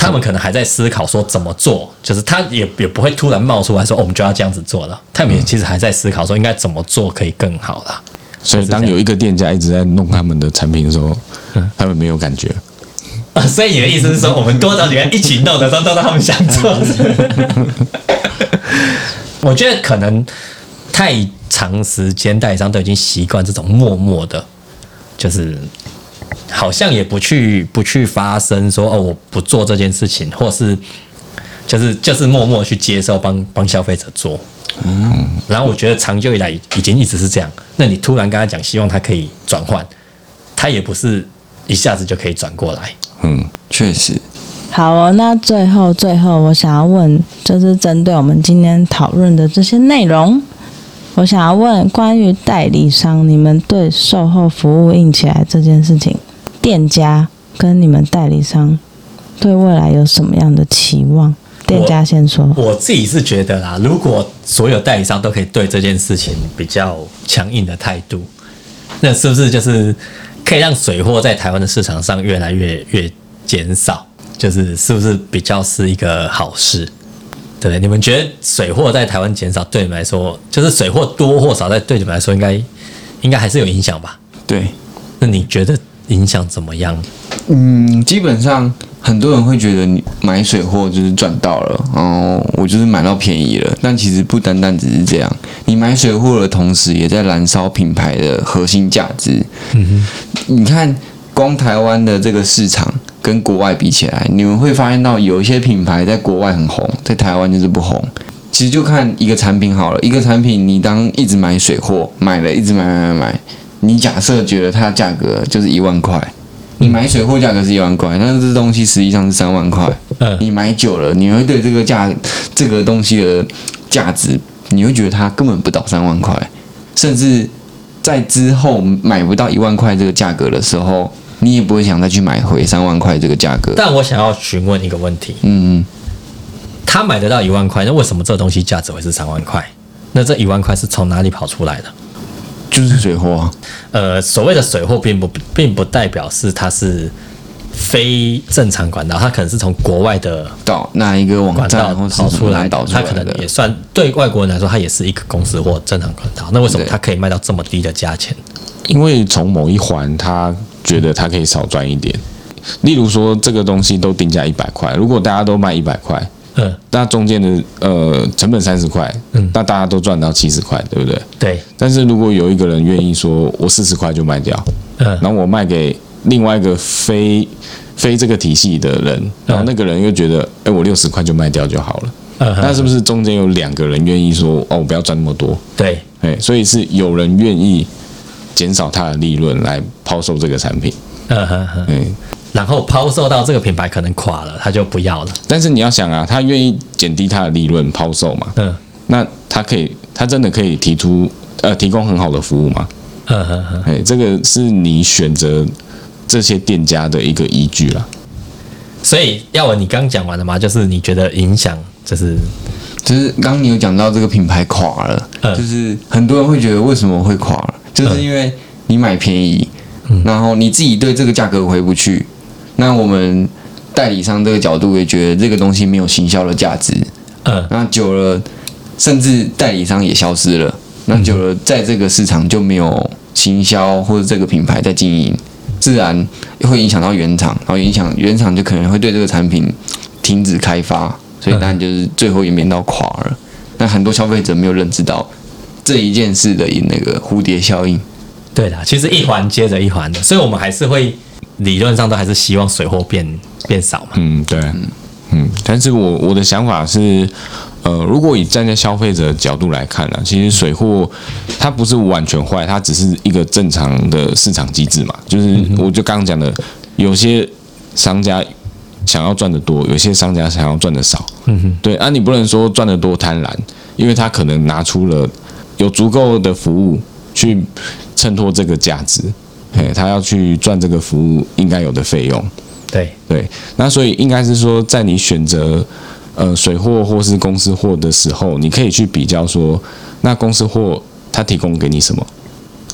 S2: 他们可能还在思考说怎么做，就是他也也不会突然冒出来说、哦我们就要这样子做了。他们也其实还在思考说应该怎么做可以更好啦。
S3: 所以当有一个店家一直在弄他们的产品的时候，他们没有感觉。
S2: 啊， [LAUGHS] 所以你的意思是说，我们多找几个人一起弄的时候， [LAUGHS] 都让他们想做？我觉得可能太长时间，代理商都已经习惯这种默默的，就是好像也不去不去发声说哦，我不做这件事情，或是就是就是默默去接受帮帮消费者做。嗯，然后我觉得长久以来已经一直是这样。那你突然跟他讲，希望他可以转换，他也不是一下子就可以转过来。
S3: 嗯，
S4: 确实，
S1: 好哦，那最后最后，我想要问，就是针对我们今天讨论的这些内容，我想要问关于代理商，你们对售后服务硬起来这件事情，店家跟你们代理商对未来有什么样的期望？店家先说，
S2: 我自己是觉得啦，如果所有代理商都可以对这件事情比较强硬的态度，那是不是就是可以让水货在台湾的市场上越来越越减少？就是是不是比较是一个好事？对不对，你们觉得水货在台湾减少，对你们来说，就是水货多或少，在对你们来说应该应该还是有影响吧？
S4: 对。
S2: 那你觉得影响怎么样？
S4: 嗯，基本上很多人会觉得你买水货就是赚到了，哦，我就是买到便宜了。但其实不单单只是这样，你买水货的同时，也在燃烧品牌的核心价值。你看，光台湾的这个市场跟国外比起来，你们会发现到有一些品牌在国外很红，在台湾就是不红。其实就看一个产品好了，一个产品你当一直买水货，买了一直买买买买，你假设觉得它价格就是一万块，你买水货价格是一万块，但是这东西实际上是三万块。
S2: 嗯
S4: 你买久了，你会对这个价这个东西的价值，你会觉得它根本不到三万块，甚至在之后买不到一万块这个价格的时候，你也不会想再去买回三万块这个价格。
S2: 但我想要询问一个问题，
S4: 嗯，
S2: 他买得到一万块，那为什么这东西价值会是三万块？那这一万块是从哪里跑出来的？
S4: 就是水货、啊，
S2: 呃，所谓的水货，并不并不代表是它是非正常管道，它可能是从国外的
S4: 到哪一个网
S2: 管道
S4: 站或
S2: 跑
S4: 是
S2: 出来
S4: 来导
S2: 的，
S4: 出
S2: 它
S4: 来
S2: 可能也
S4: 的？
S2: 算对外国人来说，它也是一个公司或正常管道。那为什么
S4: 对
S2: 它可以卖到这么低的价钱？
S3: 因为从某一环，他觉得他可以少赚一点。例如说，这个东西都定价一百块，如果大家都卖一百块，
S2: 嗯，
S3: 那中间的呃成本三十块，那大家都赚到七十块，对不对？
S2: 对，
S3: 但是如果有一个人愿意说，我四十块就卖掉，
S2: 嗯
S3: 然后我卖给另外一个非非这个体系的人，然后那个人又觉得，哎、我六十块就卖掉就好了。
S2: 嗯
S3: 那
S2: 哼，
S3: 是不是中间有两个人愿意说，哦，我不要赚那么多？
S2: 对，
S3: 哎，所以是有人愿意减少它的利润来抛售这个产品。
S2: 嗯哼哼，
S3: 嗯，
S2: 然后抛售到这个品牌可能垮了，他就不要了。
S3: 但是你要想啊，他愿意减低他的利润抛售嘛，
S2: 嗯
S3: 那他可以，他真的可以提出呃提供很好的服务吗？
S2: 嗯哼哼，
S3: 哎，这个是你选择这些店家的一个依据啦。
S2: 所以耀文，你刚讲完了吗？就是你觉得影响就是
S4: 就是刚刚你有讲到这个品牌垮了，
S2: 嗯
S4: 就是很多人会觉得为什么会垮了，就是因为你买便宜，
S2: 嗯
S4: 然后你自己对这个价格回不去。那我们代理商这个角度也觉得这个东西没有行销的价值，
S2: 嗯
S4: 那久了，甚至代理商也消失了。那久了，在这个市场就没有行销或者这个品牌在经营，自然会影响到原厂，然后影响原厂就可能会对这个产品停止开发，所以当然就是最后演变到垮了。那很多消费者没有认知到这一件事的那个蝴蝶效应。
S2: 对啦，其实一环接着一环的，所以我们还是会理论上都还是希望水货变变少嘛。
S3: 嗯，对，嗯，但是我我的想法是，呃，如果以站在消费者的角度来看呢、其实水货它不是完全坏，它只是一个正常的市场机制嘛。就是我就刚刚讲的，有些商家想要赚得多，有些商家想要赚得少。嗯哼，对啊，你不能说赚得多贪婪，因为他可能拿出了有足够的服务去衬托这个价值，嘿，他要去赚这个服务应该有的费用。
S2: 对，
S3: 对，那所以应该是说，在你选择呃水货或是公司货的时候，你可以去比较说，那公司货它提供给你什么？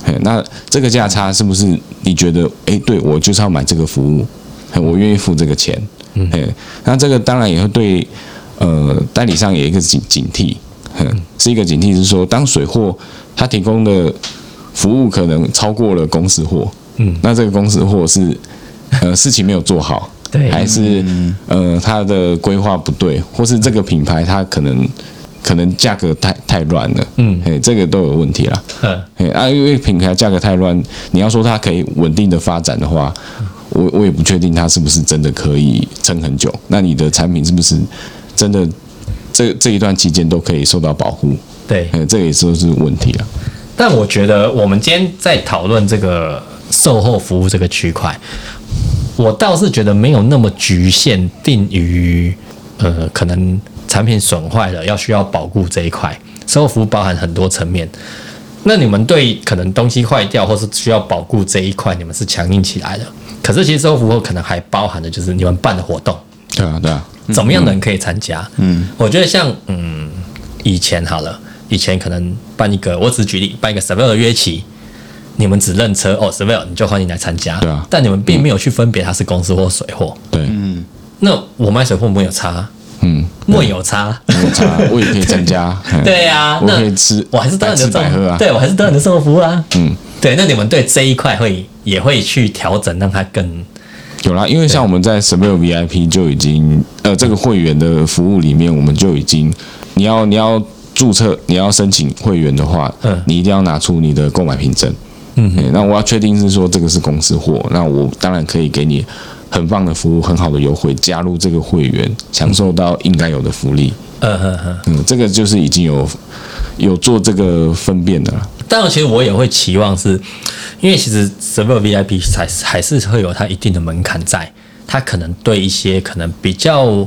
S3: 嘿，那这个价差是不是你觉得，诶，对我就是要买这个服务，嘿我愿意付这个钱，嗯，那这个当然也会对呃代理商也有一个警警惕，哼，是一个警惕，是说当水货它提供的服务可能超过了公司货，嗯，那这个公司货是呃事情没有做好，
S2: 对
S3: 还是
S2: 嗯
S3: 呃它的规划不对，或是这个品牌它可能可能价格太太乱了，
S2: 嗯
S3: 嘿，这个都有问题啦。
S2: 嗯，
S3: 嘿啊，因为品牌价格太乱，你要说它可以稳定的发展的话，我我也不确定它是不是真的可以撑很久。那你的产品是不是真的这这一段期间都可以受到保护？
S2: 对。
S3: 嘿，这个也是是问题了。
S2: 但我觉得我们今天在讨论这个售后服务这个区块，我倒是觉得没有那么局限定于呃，可能产品损坏了要需要保固这一块，售后服务包含很多层面。那你们对可能东西坏掉或是需要保固这一块，你们是强硬起来的。可是其实售后服务可能还包含的就是你们办的活动，
S3: 对啊，对啊，
S2: 怎么样的人可以参加？嗯，我觉得像嗯以前好了，以前可能办一个，我只举例办一个 s e v e r 的约骑，你们只认车哦 s e v e r 你就欢迎来参加，
S3: 对啊
S2: 但你们并没有去分别它是公司或水货。
S3: 对，
S2: 那我卖水货没有差，
S3: 嗯，
S2: 没有差，
S3: 我查我也可以参加。
S2: [LAUGHS]
S3: 嘿
S2: 对啊，
S3: 我
S2: 那
S3: 可以吃，
S2: 我还是当
S3: 白
S2: 你的
S3: 吃
S2: 生
S3: 白喝啊。
S2: 对我还是当你的生活服务啊。嗯，对，那你们对这一块会也会去调整，让它更
S3: 有啦，因为像我们在 s u b v VIP 就已经，呃，这个会员的服务里面，我们就已经，你要你要注册，你要申请会员的话，
S2: 嗯
S3: 你一定要拿出你的购买凭证，嗯、那我要确定是说这个是公司货，那我当然可以给你很棒的服务，很好的优惠，加入这个会员，享受到应该有的福利，
S2: 嗯嗯嗯。
S3: 嗯，这个就是已经有有做这个分辨的了，
S2: 当然，其实我也会期望是，因为其实 Server VIP 才还是会有它一定的门槛在，它可能对一些可能比较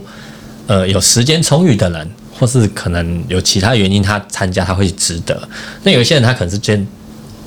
S2: 呃有时间充裕的人，或是可能有其他原因他参加他会值得。那有一些人他可能是捐，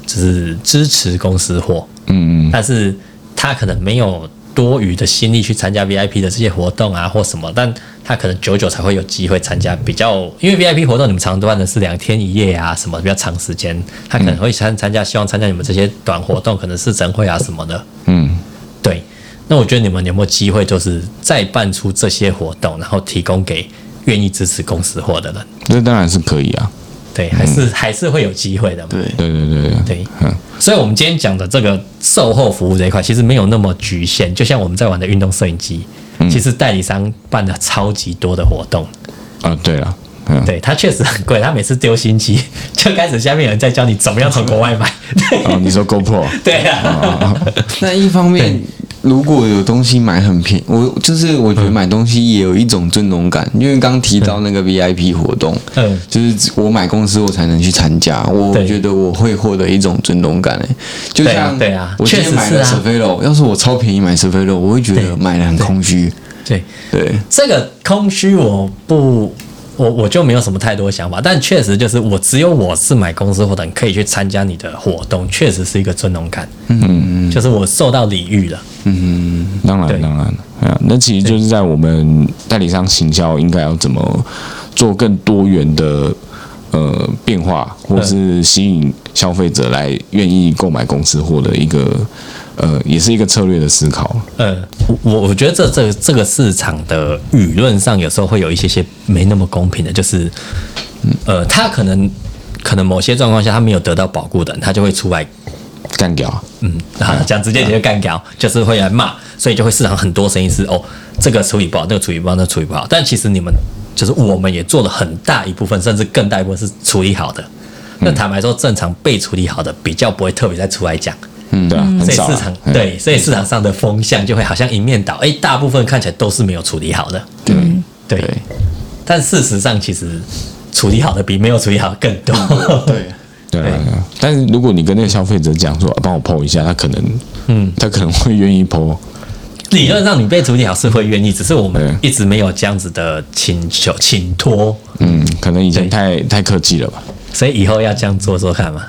S2: 就是支持公司货，嗯嗯，但是他可能没有多余的心力去参加 VIP 的这些活动啊或什么，但他可能久久才会有机会参加比较，因为 VIP 活动你们常办的是两天一夜啊什么比较长时间，他可能会参参加，希望参加你们这些短活动，可能是晨会啊什么的，
S3: 嗯。
S2: 对，那我觉得你们有没有机会，就是再办出这些活动，然后提供给愿意支持公司货的人？
S3: 这当然是可以啊，
S2: 对，还是、还是会有机会的嘛。
S4: 对
S3: 对对对对，
S2: 对
S3: 嗯，
S2: 所以我们今天讲的这个售后服务这一块，其实没有那么局限。就像我们在玩的运动摄影机，其实代理商办了超级多的活动，
S3: 啊，对了，嗯，
S2: 对它确实很贵，它每次丢新机就开始下面有人在 [LAUGHS] 教你怎么样从国外买。对 [LAUGHS]
S3: 啊哦，你说 GoPro，
S2: 对啊，
S4: 那一方面，如果有东西买很便宜，我就是我觉得买东西也有一种尊荣感，因为刚提到那个 VIP 活动，
S2: 嗯
S4: 就是我买公司我才能去参加，我
S2: 对
S4: 觉得我会获得一种尊荣感诶、欸就
S2: 对啊
S4: 像
S2: 对啊
S4: 我今天
S2: 确实
S4: 买
S2: 是
S4: 了
S2: 啊
S4: s e v e l o 要是我超便宜买 s e v e l o 我会觉
S2: 对
S4: 得买的很空虚，
S2: 对，
S4: 对。
S2: 这个空虚我不。我我就没有什么太多想法，但确实就是我只有我是买公司活动，可以去参加你的活动，确实是一个尊荣感。嗯，就是我受到礼遇了。
S3: 当
S2: 对
S3: 然，当然，啊，那其实就是在我们代理商行销应该要怎么做更多元的呃变化，或是吸引消费者来愿意购买公司货的一个呃，也是一个策略的思考。
S2: 呃，我我觉得这这这个市场的舆论上有时候会有一些些没那么公平的，就是，呃，他可能可能某些状况下他没有得到保护的人，他就会出来，
S3: 干掉，
S2: 嗯，好讲直接点就干掉，就是会来骂，所以就会市场很多声音是哦，这个处理不好，那个处理不好，那个处理不好，但其实你们就是我们也做了很大一部分，甚至更大一部分是处理好的。那坦白说，正常被处理好的比较不会特别再出来讲，
S3: 嗯，对啊，很
S2: 所以
S3: 少
S2: 市
S3: 啊
S2: 场，
S3: 嗯
S2: 对，所以市场上的风向就会好像一面倒，哎、大部分看起来都是没有处理好的，对对，
S4: 对
S2: 但事实上其实处理好的比没有处理好更多，
S4: 对，
S3: [LAUGHS] 对
S2: 对
S3: 啊对啊。但是如果你跟那个消费者讲说，啊帮我剖一下，他可能，嗯，他可能会愿意剖。
S2: 理论上你被处理好是会愿意，只是我们
S3: 对
S2: 一直没有这样子的请求请托，
S3: 嗯，可能以前
S2: 对
S3: 太太客气了吧？
S2: 所以以后要这样做做
S3: [LAUGHS]
S2: 看嘛。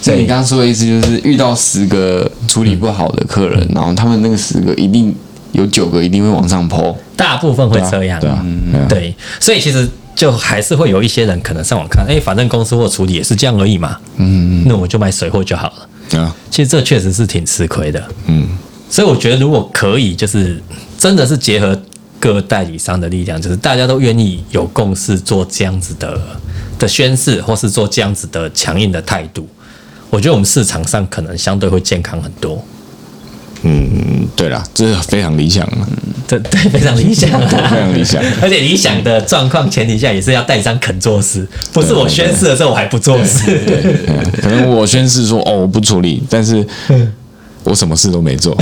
S4: 所以你刚刚说的意思就是，遇到十个处理不好的客人，然后他们那个十个一定有九个一定会往上抛。
S2: 大部分会这样，
S3: 对啊对啊
S2: 对所以其实就还是会有一些人可能上网看，哎，反正公司货处理也是这样而已嘛，嗯，那我就买水货就好了。
S3: 啊，
S2: 其实这确实是挺吃亏的，嗯，所以我觉得如果可以，就是真的是结合各代理商的力量，就是大家都愿意有共识做这样子的的宣誓，或是做这样子的强硬的态度，我觉得我们市场上可能相对会健康很多。
S3: 嗯，对啦，这是非常理想啊，
S2: 这对 [LAUGHS] 非常理想、啊，
S3: 非常理想。
S2: 而且理想的状况前提下，也是要代理商肯做事，不是我宣誓的时候我还不做事。
S3: 嗯可能我宣誓说哦，我不处理，但是我什么事都
S2: [LAUGHS]
S3: 没做。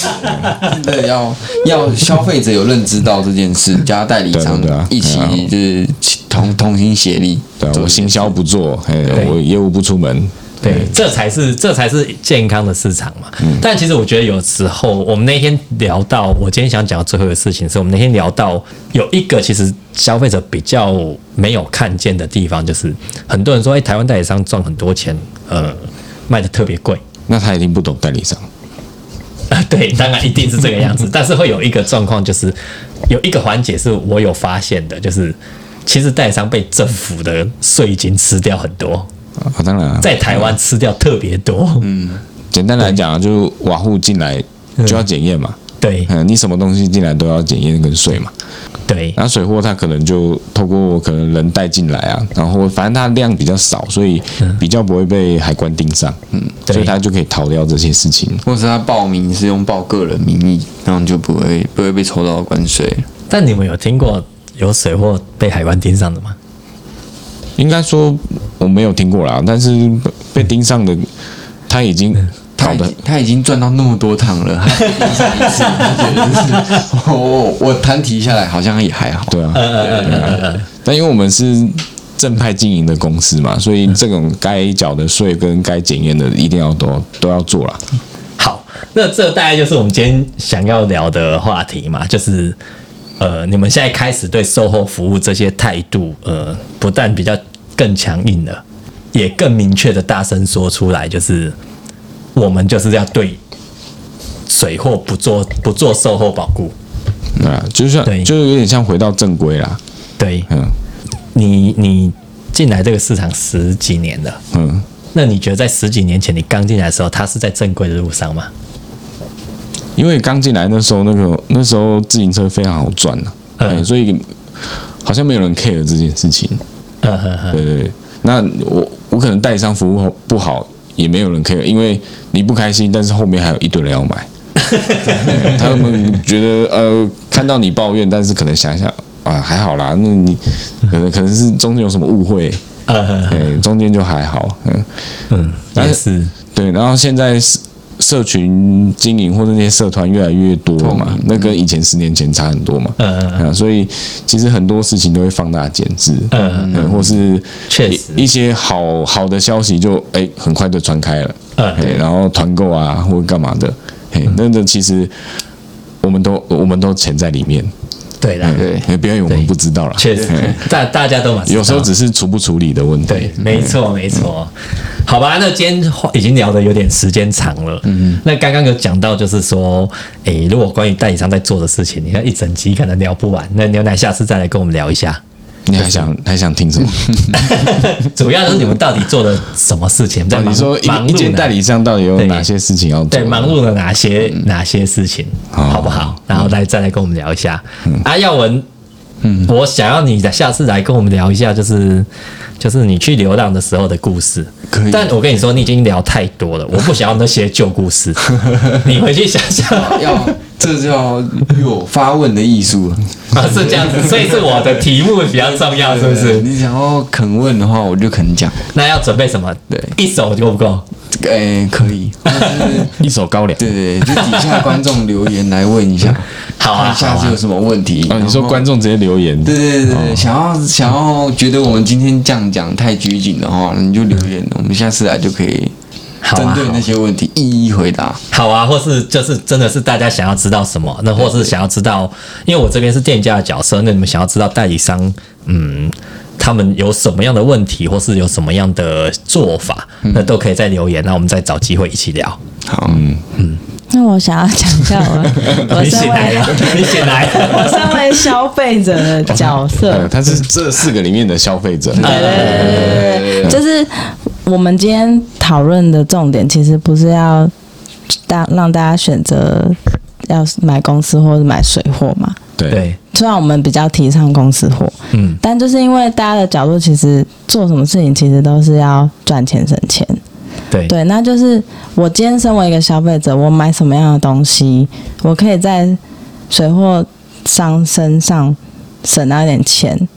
S4: [LAUGHS] 对，要要消费者有认知到这件事，加代理商
S3: 对啊对啊
S4: 一起就是同同心协力。
S3: 对啊，我行销不做，哎，我业务不出门。
S2: 对，这才是这才是健康的市场嘛。但其实我觉得有时候，我们那天聊到，我今天想讲的最后一个事情是，我们那天聊到有一个其实消费者比较没有看见的地方，就是很多人说，哎、台湾代理商赚很多钱，呃，卖的特别贵。 [LAUGHS]
S3: 那他一定不懂代理商，
S2: 啊，对，当然一定是这个样子，但是会有一个状况，就是有一个环节是我有发现的，就是其实代理商被政府的税金吃掉很多，
S3: 啊，当然啊，
S2: 在台湾吃掉特别多。嗯，
S3: 简单来讲啊，就是瓦户进来就要检验嘛，
S2: 对
S3: 嗯，你什么东西进来都要检验跟税嘛。
S2: 对
S3: 然后水货它可能就透过可能人带进来啊，然后反正它量比较少，所以比较不会被海关盯上，嗯，
S2: 嗯对
S3: 所以他就可以逃掉这些事情。
S4: 或是他报名是用报个人名义，然后就不会不会被抽到关税。
S2: 但你们有听过有水货被海关盯上的吗？
S3: 应该说我没有听过啦，但是被盯上的他已经
S2: 嗯
S4: 他
S3: 搞
S4: 已
S3: 得
S4: 经他已经赚到那么多趟了， [LAUGHS] 他一次一次他觉得是我我我摊提下来好像也还好。
S3: 对啊，
S2: 嗯
S3: 但因为我们是正派经营的公司嘛，所以这种该缴的税跟该检验的一定要都都要做啦。
S2: 好，那这大概就是我们今天想要聊的话题嘛，就是呃，你们现在开始对售后服务这些态度，呃，不但比较更强硬了，也更明确的大声说出来，就是我们就是要对水货不做不做售后保护。
S3: 对啊，就
S2: 对
S3: 像就有点像回到正规啦。
S2: 对
S3: 嗯
S2: 你，你进来这个市场十几年了，
S3: 嗯，
S2: 那你觉得在十几年前你刚进来的时候，它是在正规的路上吗？
S3: 因为刚进来那时候，那个那时候自行车非常好赚啊，
S2: 嗯
S3: 哎所以好像没有人 care 这件事情。
S2: 嗯哼哼，
S3: 对对对，那我我可能代理商服务好不好，也没有人 care，因为你不开心，但是后面还有一堆人要买，对他们觉得呃看到你抱怨，但是可能想一想啊还好啦，那你可能可能是中间有什么误会，哎
S2: 嗯哼哼，
S3: 对，中间就还好，嗯，
S2: 嗯，
S3: 但
S2: 也
S3: 是
S2: 是，
S3: 对，然后现在是社群经营或者那些社团越来越多
S4: 透
S3: 嘛
S4: 明，
S3: 那跟以前十年前差很多嘛，
S2: 啊嗯嗯
S3: 啊，所以其实很多事情都会放大检视，
S2: 嗯
S3: 嗯，或是
S2: 确实
S3: 一一些好好的消息就哎、很快就传开了，
S2: 嗯
S3: 嘿然后团购啊或干嘛的，哎、那个其实我们都我们都潜在里面，
S2: 对啦，
S4: 对
S3: 哎不要以为我们
S2: 对
S3: 不知道啦，
S2: 确实
S3: 嘿，
S2: 大大家都蛮知道
S3: 有时候只是处不处理的问题，
S2: 对，没错，没错。好吧，那今天话已经聊的有点时间长了。嗯，那刚刚有讲到，就是说，诶、如果关于代理商在做的事情，你看一整集可能聊不完。那牛奶下次再来跟我们聊一下，
S3: 你还想还想听什么？
S2: 主要是你们到底做了什么事情？在
S3: 哦
S2: 忙
S3: 你说
S2: 忙
S3: 一一
S2: 碌
S3: 间
S2: 呢
S3: 代理商到底有
S2: 对
S3: 哪些事情要做？
S2: 对，忙碌了哪些、
S4: 嗯
S2: 哪些事情，
S4: 哦
S2: 好不好？然后来再来跟我们聊一下。啊，耀文，嗯，我想要你的下次来跟我们聊一下，就是就是你去流浪的时候的故事。
S4: 可以
S2: 但我跟你说，你已经聊太多
S4: [LAUGHS]
S2: 了，我不想要那些旧故事。你回去想
S4: [LAUGHS]
S2: 想，
S4: 要这叫有发问的艺术。
S2: 啊，是这样子，所以是我的题目比较重要，是不
S4: 对
S2: 是？
S4: 你想要肯问的话，我就肯讲。
S2: 那要准备什么？
S4: 对
S2: 一手够不够？
S4: 这个哎，可以，或者是
S3: 一手高粱。
S4: 对对，对就底下观众留言来问一下，
S2: 好啊，
S4: 看
S2: 好
S4: 下次
S2: 啊
S4: 有。什么问题。
S3: 哦，你说
S4: 然后
S3: 观众直接留言，
S4: 对对对
S2: 哦
S4: 对，想要想要觉得我们今天这样讲太拘谨的话，你就留言，我们下次来就可以
S2: 好
S4: 针
S2: 啊，
S4: 对那些问题一一回答。
S2: 好啊，或是就是真的是大家想要知道什么，那或是想要知道，因为我这边是店家的角色，那你们想要知道代理商，嗯，他们有什么样的问题，或是有什么样的做法，
S3: 嗯
S2: 那都可以再留言，那我们再找机会一起聊。
S4: 好，嗯，
S1: 那我想要讲一下我我
S2: 你
S1: 身
S2: 醒来
S1: 为 [LAUGHS]
S2: [LAUGHS] 了，你醒来了，
S1: 我身为消费者的角
S3: 呃，
S1: 色，
S3: 他是这四个里面的消费者，
S1: 就是我们今天讨论的重点，其实不是要大让大家选择要买公司或者买水货嘛。
S3: 对，
S2: 对，
S1: 虽然我们比较提倡公司货，
S2: 嗯，
S1: 但就是因为大家的角度，其实做什么事情其实都是要赚钱省钱。
S2: 对，
S1: 对，那就是我今天身为一个消费者，我买什么样的东西，我可以在水货商身上省到一点钱，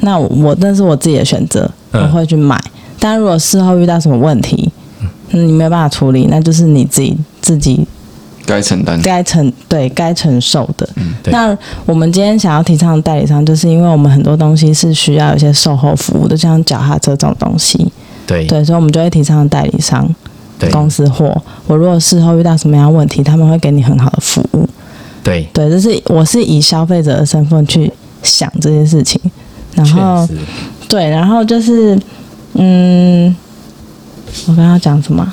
S1: 那我我那是我自己的选择，我
S2: 嗯
S1: 会去买。但如果事后遇到什么问题，嗯你没有办法处理，那就是你自己自己
S4: 该承担。
S1: 该承对该承受的。
S2: 嗯对
S1: 那我们今天想要提倡代理商，就是因为我们很多东西是需要有一些售后服务的，就像脚踏车这种东西，
S2: 对，
S1: 对，所以我们就会提倡代理商
S2: 对，
S1: 公司货。我如果事后遇到什么样的问题，他们会给你很好的服务。
S2: 对，
S1: 对，就是我是以消费者的身份去想这件事情，然
S2: 确
S1: 后
S2: 实，
S1: 对，然后就是嗯。我刚刚讲什
S2: [LAUGHS]
S1: 么？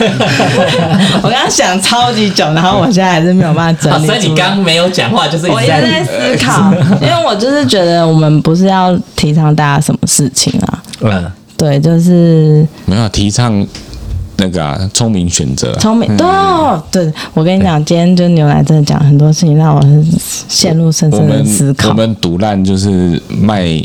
S1: 我刚刚想超级久，然后我现在还是没有办法整
S2: 啊，
S1: 理出
S2: 所
S1: 来。
S2: 以你刚没有讲话，就是一
S1: 我一
S2: 直
S1: 直在
S2: [LAUGHS] 在，
S1: 思考，因为我就是觉得我们不是要提倡大家什么事情啊，
S2: 嗯，
S1: 对，就是
S3: 没有提倡那个啊，聪明选择啊，
S1: 聪明。对哦，对，我跟你讲，今天就牛奶真的讲很多事情，让我很陷入深
S3: 我
S1: 深的
S3: 们
S1: 思
S3: 我
S1: 考。
S3: 们赌烂就是卖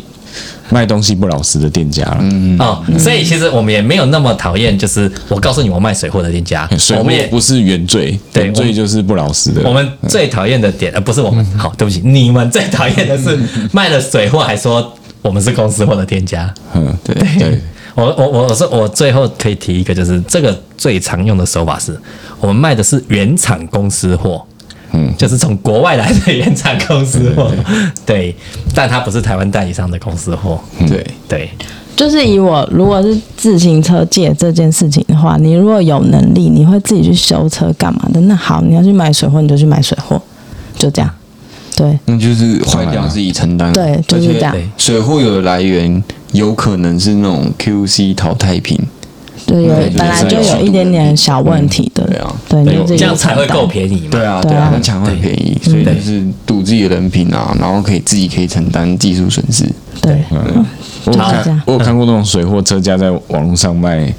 S3: 卖东西不老实的店家了，
S2: 哦，所以其实我们也没有那么讨厌，就是我告诉你，我卖水货的店家，
S3: 水
S2: 我
S3: 货
S2: 们也
S3: 不是原罪，
S2: 对
S3: 原罪就是不老实的，
S4: 啊
S2: 我们最讨厌的点，
S4: 嗯
S2: 呃，不是我们，好，对不起，你们最讨厌的是 [LAUGHS] 卖了水货还说我们是公司货的店家。
S3: 嗯，对对，
S2: 我我我我说我最后可以提一个，就是这个最常用的手法是，我们卖的是原厂公司货，嗯，就是从国外来的原厂公司货，
S4: 嗯
S2: [LAUGHS] 对，但它不是台湾代理商的公司货，
S3: 嗯
S4: 对，
S2: 对，
S1: 就是以我如果是自行车借这件事情的话，你如果有能力，你会自己去修车干嘛的？那好，你要去买水货，你就去买水货，就这样。对
S4: 那就是坏掉自己承担。
S1: 对，就是这样
S2: 啊而且。对
S4: 水货有的来源有可能是那种 QC 淘汰品，
S1: 对，有
S4: 对就是
S1: 本来就有一点点小问题的，
S4: 对啊
S1: 对，
S2: 对
S1: 你就自己
S2: 这样才会
S1: 承担
S2: 够便宜嘛，
S4: 对啊，嗯
S1: 对
S4: 对
S1: 啊
S4: 啊，那抢会便宜，所以
S2: 对
S4: 就是赌自己的人品啊，然后可以自己可以承担技术损失。
S1: 对，
S3: 我有
S1: 好这
S3: 看
S1: 样
S3: 我有看过那种水货车架在网络上卖，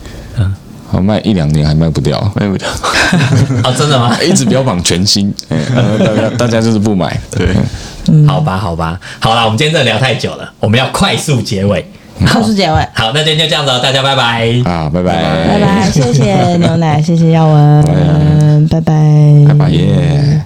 S3: 好卖一两年还卖不掉。
S4: 卖不掉，
S2: 哦，真的吗？
S3: 哎一直标榜全新， [LAUGHS] 哎大家大家就是不买，嗯
S4: 对，嗯
S2: 好吧，好吧，好啦，我们今天真的聊太久了，我们要快速结尾。
S1: 快速结尾，
S2: 好，那今天就这样子哦，大家拜拜。
S3: 啊，拜拜，
S1: 拜
S3: [LAUGHS]
S1: 拜，谢谢牛奶，谢谢耀文，拜拜，
S3: 拜拜耶。